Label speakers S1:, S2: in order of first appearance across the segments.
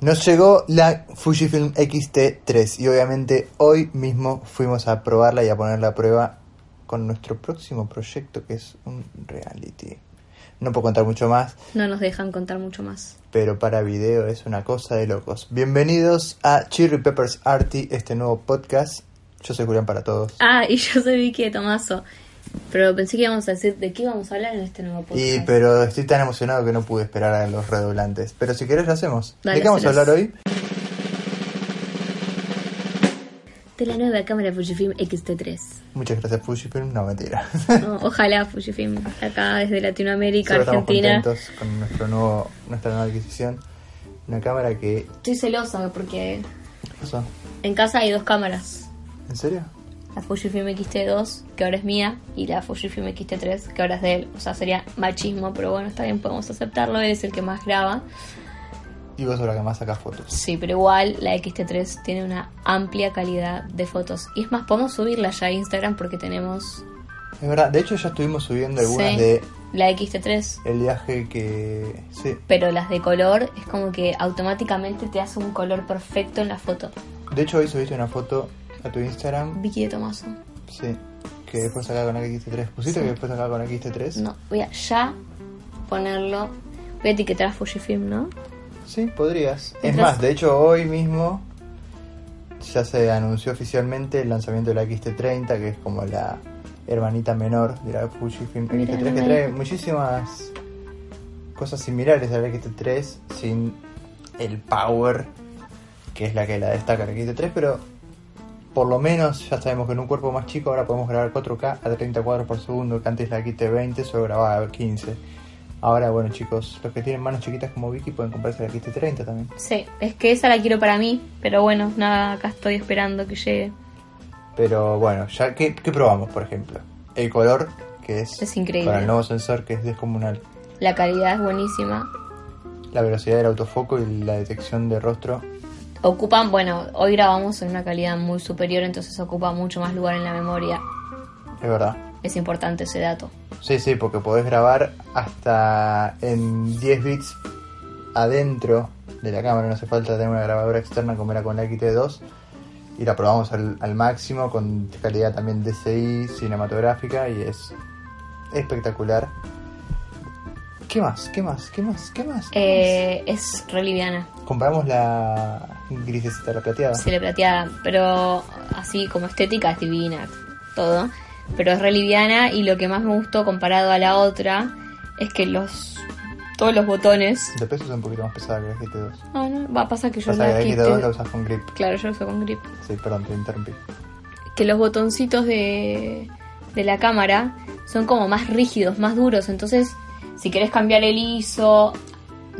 S1: Nos llegó la Fujifilm XT3 y obviamente hoy mismo fuimos a probarla y a ponerla a prueba con nuestro próximo proyecto que es un reality. No puedo contar mucho más,
S2: No nos dejan contar mucho más.
S1: pero para video es una cosa de locos. Bienvenidos a Cherry Peppers Arty, este nuevo podcast. Yo soy Julián para todos.
S2: Ah, y yo soy Vicky de Tomaso. Pero pensé que íbamos a decir de qué íbamos a hablar en este nuevo podcast.
S1: Y pero estoy tan emocionado que no pude esperar a los redoblantes. Pero si querés lo hacemos.
S2: Dale,
S1: ¿De qué vamos a
S2: hacelos.
S1: hablar hoy?
S2: De la nueva cámara Fujifilm XT3.
S1: Muchas gracias Fujifilm, no mentira.
S2: No, ojalá Fujifilm, acá desde Latinoamérica,
S1: Solo estamos
S2: Argentina.
S1: contentos con nuestro nuevo, nuestra nueva adquisición. Una cámara que...
S2: Estoy celosa porque
S1: ¿Qué pasó?
S2: en casa hay dos cámaras.
S1: ¿En serio?
S2: La Fujifilm XT2, que ahora es mía, y la Fujifilm XT3, que ahora es de él. O sea, sería machismo, pero bueno, está bien, podemos aceptarlo. Él es el que más graba.
S1: Y vos sos la que más sacas fotos.
S2: Sí, pero igual la XT3 tiene una amplia calidad de fotos. Y es más, podemos subirla ya a Instagram porque tenemos
S1: Es verdad, de hecho ya estuvimos subiendo algunas
S2: sí,
S1: de
S2: la XT3.
S1: el viaje que... Sí.
S2: Pero las de color es como que automáticamente te hace un color perfecto en la foto.
S1: De hecho hoy subiste una foto a tu Instagram.
S2: Vicky de Tomaso.
S1: Sí. Que después sacaba con XT3. ¿Pusiste que después sacaba con XT3?
S2: No, voy a ya ponerlo. Voy a etiquetar a Fujifilm, ¿no?
S1: Sí, podrías. Es
S2: Mientras-
S1: más, de hecho hoy mismo ya se anunció oficialmente el lanzamiento de la XT30, que es como la hermanita menor de la Fujifilm
S2: Mira,
S1: XT3, que
S2: no me-
S1: trae muchísimas cosas similares a la XT3 sin el power que es la que la destaca la XT3, pero por lo menos ya sabemos que en un cuerpo más chico ahora podemos grabar 4K a 30 cuadros por segundo, que antes la XT20 solo grababa a 15. Ahora, bueno chicos, los que tienen manos chiquitas como Vicky pueden comprarse la XT30 también.
S2: Sí, es que esa la quiero para mí, pero bueno, nada, acá estoy esperando que llegue.
S1: Pero bueno, ya ¿qué, qué probamos, por ejemplo? El color, que es,
S2: Es increíble.
S1: Para el nuevo sensor, que es descomunal.
S2: La calidad es buenísima.
S1: La velocidad del autofoco y la detección de rostro.
S2: Ocupan, bueno, hoy grabamos en una calidad muy superior, entonces ocupa mucho más lugar en la memoria.
S1: Es verdad.
S2: Es importante ese dato.
S1: Sí, sí, porque podés grabar hasta en 10 bits adentro de la cámara. No hace falta tener una grabadora externa como era con la XT2. Y la probamos al, al máximo con calidad también DCI cinematográfica y es espectacular. ¿Qué más? ¿Qué más? ¿Qué más? ¿Qué más? ¿Qué
S2: Eh, es re liviana,
S1: más? Compramos la grisecita, la plateada.
S2: se le plateada, pero así como estética es divina, todo. Pero es re liviana y lo que más me gustó comparado a la otra es que los todos los botones...
S1: De peso es un poquito más pesada que la XT2.
S2: Ah, no, va, pasa que yo
S1: Pasa que la
S2: la
S1: XT2 la
S2: quité.
S1: usas con grip.
S2: Claro, yo lo uso con grip.
S1: Sí, perdón, te interrumpí.
S2: que los botoncitos de, de la cámara son como más rígidos, más duros. Entonces, si querés cambiar el ISO,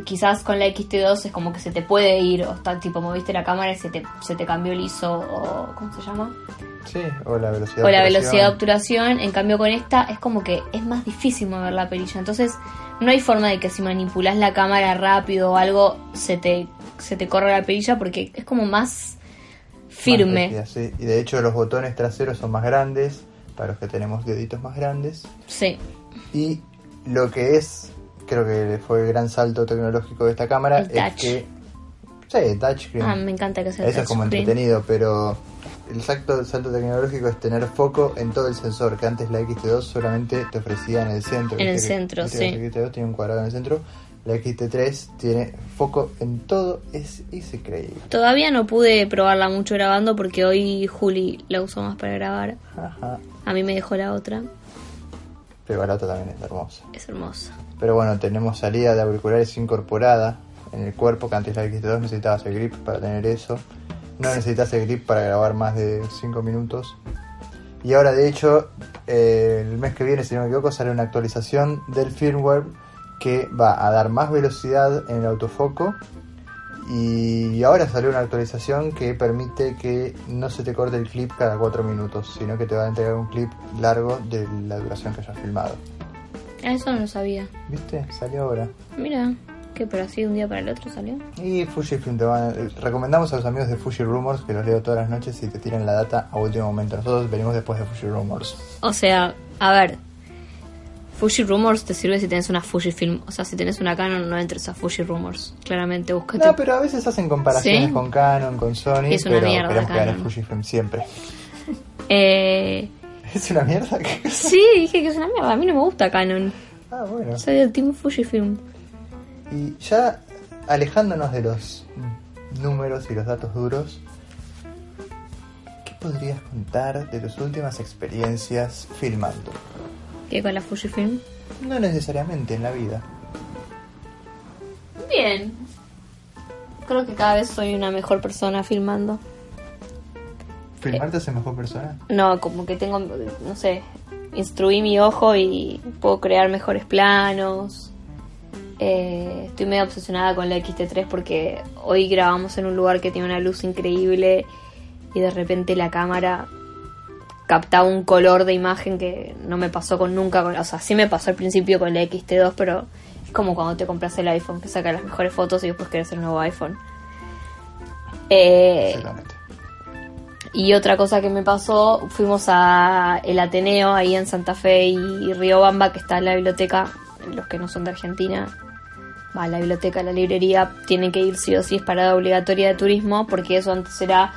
S2: quizás con la XT2 es como que se te puede ir. O está tipo, moviste la cámara y se te, se te cambió el ISO, o ¿cómo se llama?
S1: Sí, o la velocidad
S2: O la
S1: de
S2: velocidad de
S1: obturación.
S2: obturación. En cambio, con esta es como que es más difícil mover la perilla. Entonces, no hay forma de que si manipulás la cámara rápido o algo, se te, se te corra la perilla porque es como más firme.
S1: Más rígida, sí. Y de hecho los botones traseros son más grandes para los que tenemos deditos más grandes.
S2: sí.
S1: Y lo que es, creo que fue el gran salto tecnológico de esta cámara,
S2: El
S1: es
S2: touch.
S1: que... Sí, touchscreen.
S2: Ah, me encanta que sea
S1: Eso es como
S2: touchscreen.
S1: entretenido, pero el salto, el salto tecnológico es tener foco en todo el sensor, que antes la XT2 solamente te ofrecía en el centro.
S2: En el
S1: Viste que-
S2: centro,
S1: viste que
S2: sí.
S1: La XT2 tiene un cuadrado en el centro, la XT3 tiene foco en todo, es increíble.
S2: Todavía no pude probarla mucho grabando porque hoy Juli la usó más para grabar.
S1: Ajá.
S2: A mí me dejó la otra.
S1: Pero la otra también es hermosa.
S2: Es hermosa.
S1: Pero bueno, tenemos salida de auriculares incorporada en el cuerpo, que antes la XT2 necesitabas el grip para tener eso. No necesitas el grip para grabar más de 5 minutos. Y ahora de hecho, eh, el mes que viene, si no me equivoco, sale una actualización del firmware que va a dar más velocidad en el autofoco Y ahora salió una actualización que permite que no se te corte el clip cada 4 minutos, sino que te va a entregar un clip largo de la duración que hayas filmado.
S2: Ah, Eso no lo sabía.
S1: ¿Viste? Salió ahora.
S2: Mira, que pero así de un día para el otro salió.
S1: Y Fujifilm te van. eh, Recomendamos a los amigos de Fuji Rumors que los leo todas las noches y te tiran la data a último momento. Nosotros venimos después de Fuji Rumors.
S2: O sea, a ver. Fuji Rumors te sirve si tenés una Fuji Film. O sea, si tenés una Canon, no entres a Fuji Rumors. Claramente, búscate.
S1: No, pero a veces hacen comparaciones
S2: ¿Sí?
S1: con Canon, con Sony,
S2: Es una
S1: pero
S2: mierda,
S1: queremos que gane
S2: Canon.
S1: Fujifilm siempre.
S2: Eh,
S1: ¿Es una mierda? ¿Qué cosa?
S2: sí, dije que es una mierda. A mí no me gusta Canon.
S1: Ah, bueno.
S2: Soy del Team Fuji Film.
S1: Y ya alejándonos de los números y los datos duros, ¿qué podrías contar de tus últimas experiencias filmando?
S2: ¿Qué con la Fuji Film?
S1: No necesariamente en la vida.
S2: Bien. Creo que cada vez soy una mejor persona filmando. Eh.
S1: ¿Filmarte hace mejor persona?
S2: No, como que tengo, no sé, instruí mi ojo y puedo crear mejores planos. Eh, estoy medio obsesionada con la XT3 porque hoy grabamos en un lugar que tiene una luz increíble y de repente la cámara captaba un color de imagen que no me pasó con nunca. Con, o sea, sí me pasó al principio con la XT2, pero es como cuando te compras el iPhone que saca las mejores fotos y después querés el nuevo iPhone. Eh,
S1: Exactamente.
S2: y otra cosa que me pasó, fuimos a el Ateneo ahí en Santa Fe y, y Riobamba, que está en la biblioteca, los que no son de Argentina, va a la biblioteca, a la librería, tienen que ir sí o sí, es parada obligatoria de turismo, porque eso antes era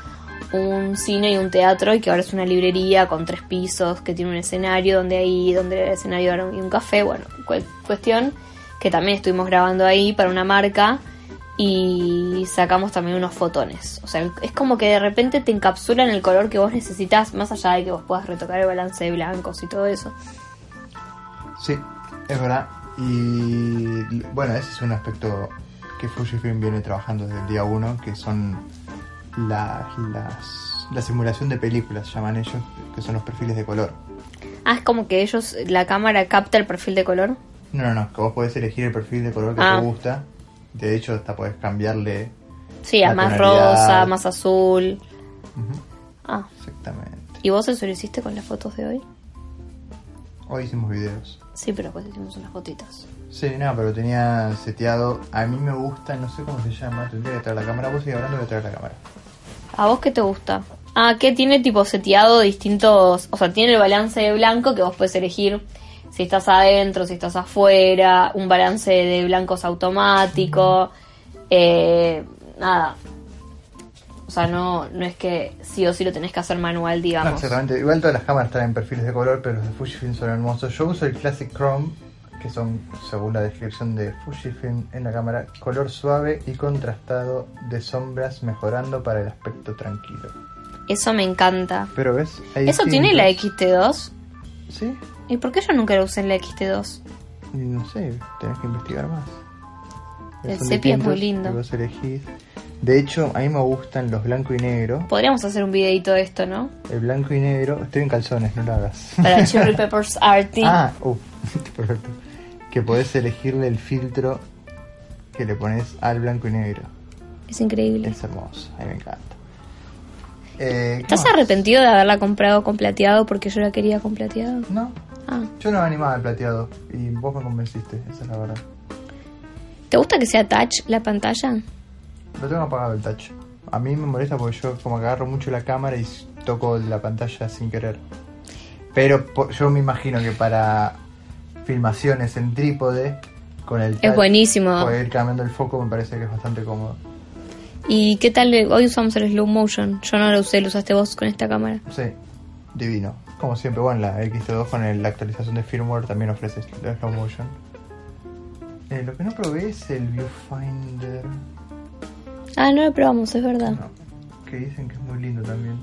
S2: un cine y un teatro, y que ahora es una librería con tres pisos, que tiene un escenario donde ahí, donde era el escenario era un- y un café, bueno, cual- cuestión que también estuvimos grabando ahí para una marca y sacamos también unos fotones. O sea, el- es como que de repente te encapsulan el color que vos necesitas, más allá de que vos puedas retocar el balance de blancos y todo eso.
S1: Sí, es verdad. Y bueno, ese es un aspecto que Fujifilm viene trabajando desde el día uno, que son las, las, la simulación de películas, llaman ellos, que son los perfiles de color.
S2: Ah, es como que ellos, la cámara capta el perfil de color.
S1: No, no, no, que vos podés elegir el perfil de color que
S2: Ah.
S1: te gusta. De hecho, hasta podés cambiarle
S2: Sí,
S1: La
S2: a más
S1: tonalidad.
S2: rosa, más azul.
S1: Ujú.
S2: Ah,
S1: exactamente.
S2: ¿y vos eso lo hiciste con las fotos de hoy?
S1: Hoy hicimos videos.
S2: Sí, pero pues hicimos unas fotitas.
S1: Sí, no, pero tenía seteado. A mí me gusta, no sé cómo se llama. Tendría que traer la cámara. Vos sigue hablando, voy a traer la cámara.
S2: ¿A vos qué te gusta? Ah, que tiene tipo seteado distintos, o sea, tiene el balance de blanco que vos puedes elegir si estás adentro, si estás afuera, un balance de blancos automático, eh, nada. O sea, no, no es que sí o sí lo tenés que hacer manual,
S1: No,
S2: digamos.
S1: exactamente. Igual todas las cámaras traen perfiles de color, pero los de Fujifilm son hermosos. Yo uso el Classic Chrome, que son, según la descripción de Fujifilm en la cámara, color suave y contrastado de sombras, mejorando para el aspecto tranquilo.
S2: Eso me encanta.
S1: Pero ves, Hay
S2: ¿Eso tiene la
S1: distintos-
S2: XT2?
S1: Sí,
S2: ¿Y por qué yo nunca lo usé en la XT2?
S1: y no sé, tenés que investigar más.
S2: El
S1: Son
S2: sepia es muy
S1: distintos
S2: lindo.
S1: y vos elegís. De hecho, a mí me gustan los blanco y negro.
S2: Podríamos hacer un videito de esto, ¿no?
S1: El blanco y negro, estoy en calzones, no lo hagas.
S2: Para Cherry Peppers Arty.
S1: Ah, uh, perfecto. Que podés elegirle el filtro que le pones al blanco y negro.
S2: Es increíble.
S1: Es hermoso, a mí me encanta. Eh, ¿qué
S2: ¿Estás
S1: más?
S2: arrepentido de haberla comprado con plateado porque yo la quería con plateado?
S1: No,
S2: Ah.
S1: yo no me animaba al plateado y vos me convenciste, esa es la verdad.
S2: ¿Te gusta que sea touch la pantalla?
S1: Lo tengo apagado el touch. A mí me molesta porque yo como que agarro mucho la cámara y s- toco la pantalla sin querer. Pero po- yo me imagino que para filmaciones en trípode con el touch,
S2: buenísimo.
S1: poder ir cambiando el foco me parece que es bastante cómodo.
S2: ¿Y qué tal? eh, Hoy usamos el slow motion. Yo no lo usé, lo usaste vos con esta cámara.
S1: Sí, divino. Como siempre, bueno, la X2 con el- la actualización de firmware también ofrece el slow motion. Eh, lo que no probé es el viewfinder,
S2: Ah, no lo probamos, es verdad.
S1: no, que dicen que es muy lindo también.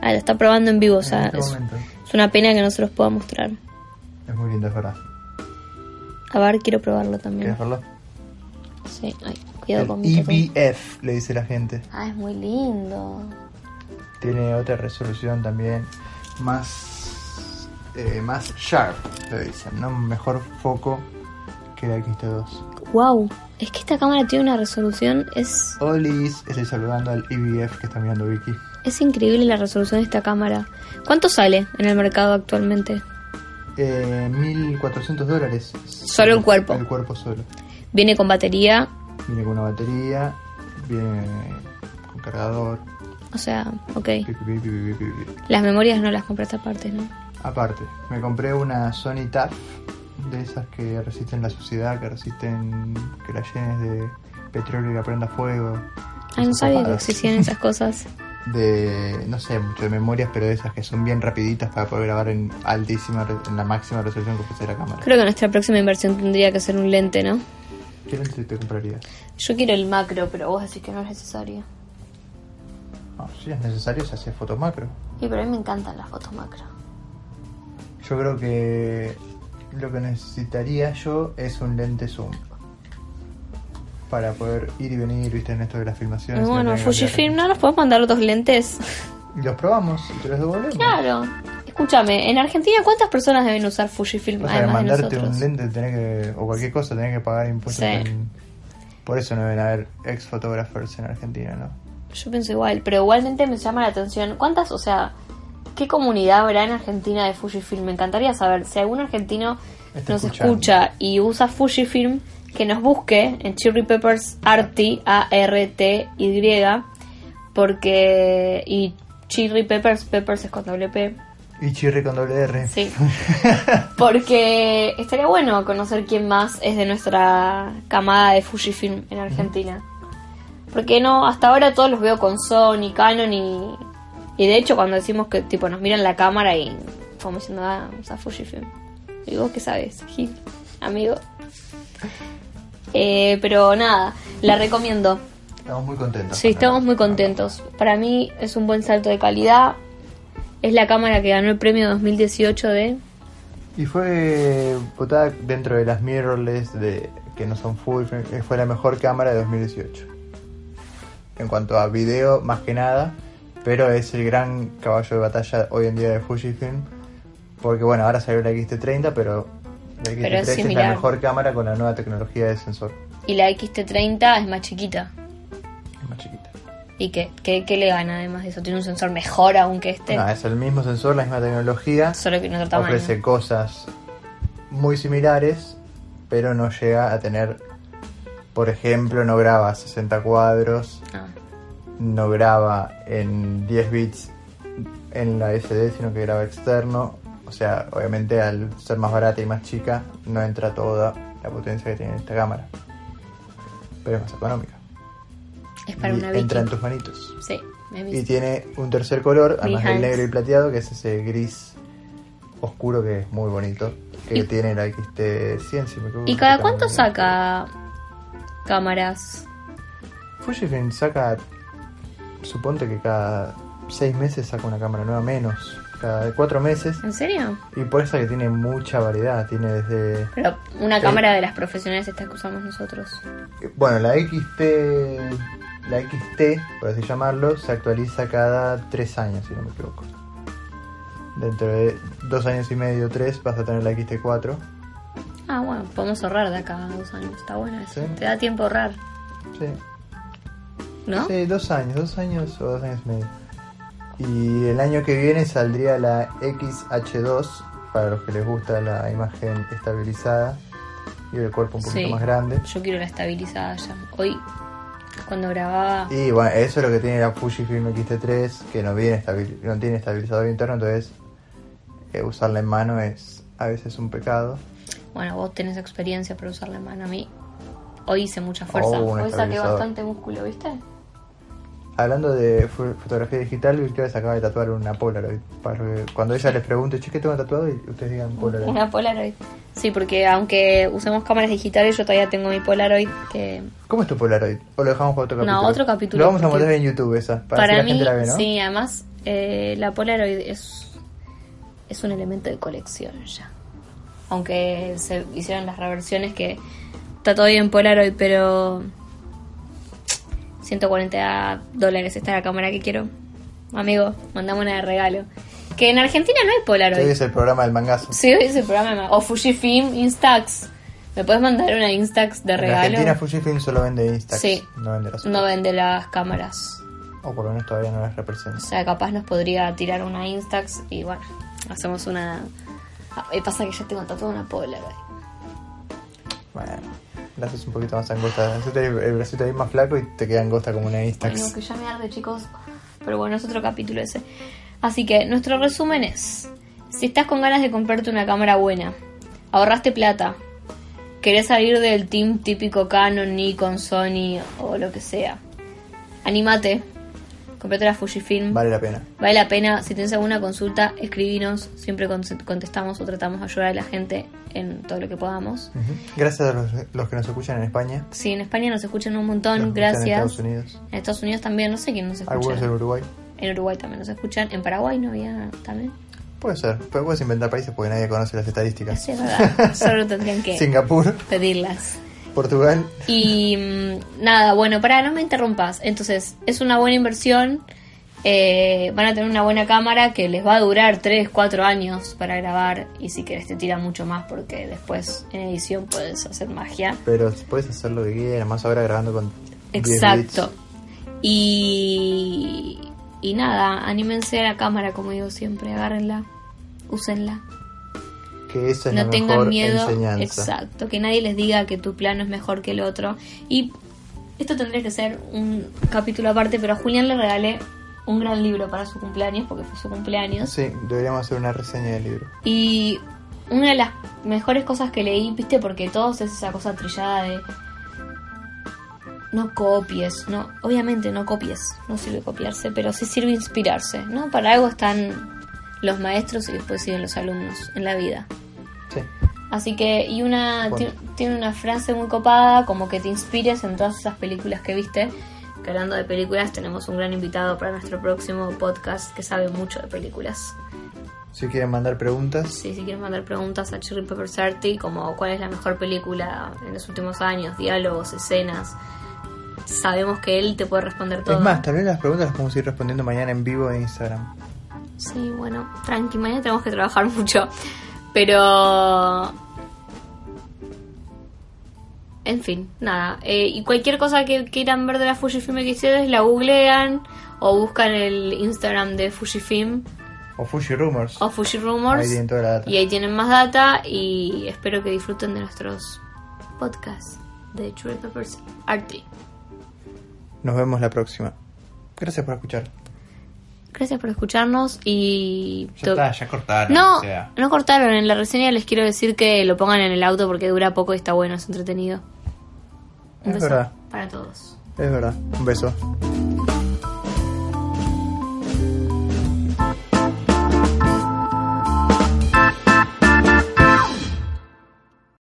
S2: Ah, lo está probando en vivo, o sea,
S1: en este
S2: es,
S1: momento.
S2: es una pena que no se los pueda mostrar.
S1: Es muy lindo, es verdad.
S2: A ver, quiero probarlo también.
S1: ¿Quieres verlo?
S2: Sí, ay, cuidado
S1: El
S2: con mi tecla.
S1: EBF, le dice la gente.
S2: Ah, es muy lindo.
S1: Tiene otra resolución también, más, eh, más sharp, le dicen, ¿no? Mejor foco que la X2.
S2: Wow, es que esta cámara tiene una resolución, es,
S1: Olis, estoy saludando al IBF que está mirando Vicky.
S2: es increíble la resolución de esta cámara. ¿Cuánto sale en el mercado actualmente?
S1: Eh, 1400 dólares.
S2: Solo el cuerpo.
S1: El cuerpo solo.
S2: Viene con batería,
S1: Viene con una batería, viene con cargador.
S2: o sea, ok.
S1: pi, pi, pi, pi, pi, pi, pi.
S2: Las memorias no las compraste aparte, ¿no?
S1: Aparte, me compré una Sony TAF de esas que resisten la suciedad, que resisten que la llenes de petróleo y que prenda fuego.
S2: Ah, no
S1: Esas
S2: sabía que
S1: papadas.
S2: existían esas cosas.
S1: de, no sé, mucho de memorias, pero de esas que son bien rapiditas para poder grabar en altísima, re- en la máxima resolución que ofrece la cámara.
S2: Creo que nuestra próxima inversión tendría que ser un lente, ¿no?
S1: ¿Qué lente te comprarías?
S2: Yo quiero el macro, pero vos decís que no es necesario.
S1: No, si es necesario, se hace fotos macro.
S2: Y pero a mí me encantan las fotos macro.
S1: Yo creo que lo que necesitaría yo es un lente zoom. Para poder ir y venir, viste, en esto de las filmaciones. y no
S2: bueno,
S1: tener que cambiar.
S2: Fujifilm, ¿no nos podés mandar otros lentes?
S1: Los probamos y te los devolvemos.
S2: claro. Escúchame, en Argentina, ¿cuántas personas deben usar Fujifilm
S1: O sea,
S2: además de
S1: mandarte
S2: nosotros?
S1: un lente tenés que, o cualquier cosa tenés que pagar impuestos.
S2: Sí.
S1: en- Por eso no deben haber ex fotógrafos en Argentina, ¿no?
S2: Yo pienso igual, pero igualmente me llama la atención. ¿Cuántas, o sea, qué comunidad habrá en Argentina de Fujifilm? Me encantaría saber si algún argentino
S1: Está
S2: nos
S1: escuchando.
S2: escucha y usa Fujifilm, que nos busque en Cherry Peppers Arty, A-R-T-Y, porque. Y Cherry Peppers, Peppers es con doble P.
S1: Y Chirri con doble R.
S2: Sí. Porque estaría bueno conocer quién más es de nuestra camada de Fujifilm en Argentina. Porque no, hasta ahora todos los veo con Sony, Canon y. Y de hecho, cuando decimos que tipo nos miran la cámara y como diciendo, ah, usa Fujifilm. Y vos qué sabes, Gil, amigo. Eh, pero nada, la recomiendo.
S1: Estamos muy contentos.
S2: Sí,
S1: con la-
S2: estamos muy contentos. Para mí es un buen salto de calidad. Es la cámara que ganó el premio 2018 de...
S1: Y fue votada dentro de las mirrorless de que no son full frame, eh, fue la mejor cámara de 2018. En cuanto a video, más que nada, pero es el gran caballo de batalla hoy en día de Fujifilm. Porque bueno, ahora salió la XT30, pero la XT30
S2: Pero es
S1: es, la
S2: similar.
S1: mejor cámara con la nueva tecnología de sensor.
S2: Y la XT30 es más chiquita.
S1: Es más chiquita.
S2: ¿Y qué, qué, qué le gana además de eso? Tiene un sensor mejor aún que este.
S1: No, es el mismo sensor, la misma tecnología.
S2: solo que en otro tamaño.
S1: ofrece cosas muy similares, pero no llega a tener, por ejemplo, no graba 60 cuadros,
S2: Ah,
S1: no graba en 10 bits en la SD, sino que graba externo. O sea, obviamente al ser más barata y más chica, no entra toda la potencia que tiene esta cámara. Pero es más económica.
S2: es para
S1: y
S2: una
S1: entra en
S2: Viking.
S1: tus manitos.
S2: Sí, me
S1: Y
S2: avisa.
S1: tiene un tercer color, además del
S2: Behance.
S1: negro y plateado, que es ese gris oscuro que es muy bonito. Que
S2: Y-
S1: tiene la XT100, si me equivoco.
S2: ¿Y cada cuánto saca cámaras?
S1: Fujifilm saca, suponte que cada seis meses saca una cámara nueva menos, cada cuatro meses.
S2: ¿En serio?
S1: Y por eso que tiene mucha variedad, tiene desde...
S2: Pero una
S1: Sí.
S2: cámara de las profesionales esta que usamos nosotros.
S1: Eh, Bueno, la XT, la XT, por así llamarlo, se actualiza cada tres años, si no me equivoco. Dentro de dos años y medio, tres, vas a tener la XT4.
S2: Ah, bueno, podemos ahorrar de acá a dos años. Está bueno eso.
S1: Sí.
S2: Te da tiempo a ahorrar,
S1: Sí.
S2: ¿no?
S1: Sí, dos años, dos años o dos años y medio. Y el año que viene saldría la XH2, para los que les gusta la imagen estabilizada y el cuerpo un poquito
S2: Sí.
S1: más grande.
S2: Yo quiero la estabilizada ya. Hoy, cuando grababa,
S1: Y bueno, eso es lo que tiene la Fujifilm XT3, que no, viene estabil- no tiene estabilizador interno, entonces eh, usarla en mano es a veces un pecado.
S2: bueno, vos tenés experiencia para usar la mano. A mí, hoy hice mucha fuerza.
S1: Oh, un
S2: hoy saqué
S1: estabilizador.
S2: bastante músculo, ¿viste?
S1: Hablando de fu- fotografía digital, Victoria se acaba de tatuar una Polaroid. Para que cuando ella les pregunte, che, ¿qué tengo tatuado? Y ustedes digan Polaroid.
S2: Una Polaroid. Sí, porque aunque usemos cámaras digitales, yo todavía tengo mi Polaroid que
S1: ¿Cómo es tu Polaroid? ¿O lo dejamos para otro
S2: No,
S1: capítulo?
S2: otro capítulo,
S1: Lo vamos a
S2: porque-
S1: mostrar en YouTube esa, para, que la
S2: mí,
S1: gente la ve, ¿no?
S2: sí, además eh, la Polaroid es, es un elemento de colección ya. Aunque se hicieron las reversiones que está todo bien Polaroid, pero 140 dólares está la cámara que quiero. Amigo, mandame una de regalo. Que en Argentina no hay
S1: Hoy
S2: Polaroid.
S1: es el programa del mangazo.
S2: Sí, hoy es el programa. O Fujifilm Instax. ¿Me puedes mandar una Instax de
S1: En Argentina
S2: regalo?
S1: Fujifilm solo vende Instax.
S2: Sí.
S1: No vende las
S2: No vende las cámaras.
S1: O por lo menos todavía no las representa.
S2: O sea, capaz nos podría tirar una Instax y bueno, hacemos una. Ah, y pasa que ya tengo tatuada una Polaroid.
S1: Bueno, las haces un poquito más angostas. Hacete el, el bracito ahí más flaco y te queda angosta como una Instax.
S2: Bueno, que ya me arde, chicos. Pero bueno, es otro capítulo ese. Así que nuestro resumen es: si estás con ganas de comprarte una cámara buena, ahorraste plata, querés salir del team típico Canon, Nikon, Sony o lo que sea, animate, comprate la Fujifilm.
S1: Vale la pena.
S2: Vale la pena, si tienes alguna consulta, escribinos, siempre cont- contestamos o tratamos de ayudar a la gente en todo lo que podamos.
S1: Ujú. Gracias a los, los que nos escuchan en España.
S2: Sí, en España nos escuchan un montón,
S1: los que escuchan
S2: gracias.
S1: En Estados Unidos.
S2: En Estados Unidos también, no sé quién nos
S1: Algunos en
S2: escucha.
S1: Uruguay.
S2: En Uruguay también nos escuchan. En Paraguay no había también.
S1: Puede ser. Pero puedes inventar países porque nadie conoce las estadísticas.
S2: Sí, es verdad. Solo tendrían que
S1: Singapur,
S2: pedirlas.
S1: Portugal.
S2: Y mm, nada, bueno, para no me interrumpas. Entonces, es una buena inversión. eh, van a tener una buena cámara que les va a durar 3, 4 años para grabar. Y si querés, te tira mucho más porque después en edición puedes hacer magia.
S1: Pero puedes hacer lo que quieras. Más ahora grabando con. 10 bits.
S2: Exacto. Y, y nada, anímense a la cámara, como digo siempre. Agárrenla, úsenla.
S1: Que eso es
S2: no
S1: la
S2: tengan
S1: mejor
S2: miedo,
S1: enseñanza.
S2: exacto, que nadie les diga que tu plano es mejor que el otro. Y esto tendría que ser un capítulo aparte, pero a Julián le regalé un gran libro para su cumpleaños, porque fue su cumpleaños.
S1: Sí, deberíamos hacer una reseña del libro.
S2: Y una de las mejores cosas que leí, viste, porque todos es esa cosa trillada de no copies, no, obviamente no copies, no sirve copiarse, pero sí sirve inspirarse, ¿no? Para algo están los maestros y después siguen los alumnos en la vida.
S1: Sí.
S2: Así que, y una
S1: Bueno.
S2: ti- tiene una frase muy copada, como que te inspires en todas esas películas que viste. Que hablando de películas, tenemos un gran invitado para nuestro próximo podcast que sabe mucho de películas.
S1: Si quieren mandar preguntas,
S2: Sí, si quieren mandar preguntas a Cherry Pepper Sarti, como cuál es la mejor película en los últimos años, diálogos, escenas, sabemos que él te puede responder todo.
S1: es más, tal vez las preguntas las podemos ir respondiendo mañana en vivo en Instagram.
S2: Sí, bueno, tranqui, mañana tenemos que trabajar mucho. Pero. En fin, nada. Eh, y cualquier cosa que quieran ver de la Fujifilm X7, la googlean o buscan el Instagram de Fujifilm
S1: O Fuji Rumors.
S2: o Fuji
S1: Ahí
S2: Rumors.
S1: tienen toda la data.
S2: Y ahí tienen más data y espero que disfruten de nuestros podcasts de True Peppers Arty.
S1: Nos vemos la próxima. Gracias por escuchar.
S2: Gracias por escucharnos y...
S1: Ya está, ya cortaron.
S2: No,
S1: o sea.
S2: no cortaron. En la reseña les quiero decir que lo pongan en el auto porque dura poco y está bueno, es entretenido. Un
S1: Es
S2: beso
S1: verdad.
S2: para todos.
S1: Es verdad. Un beso.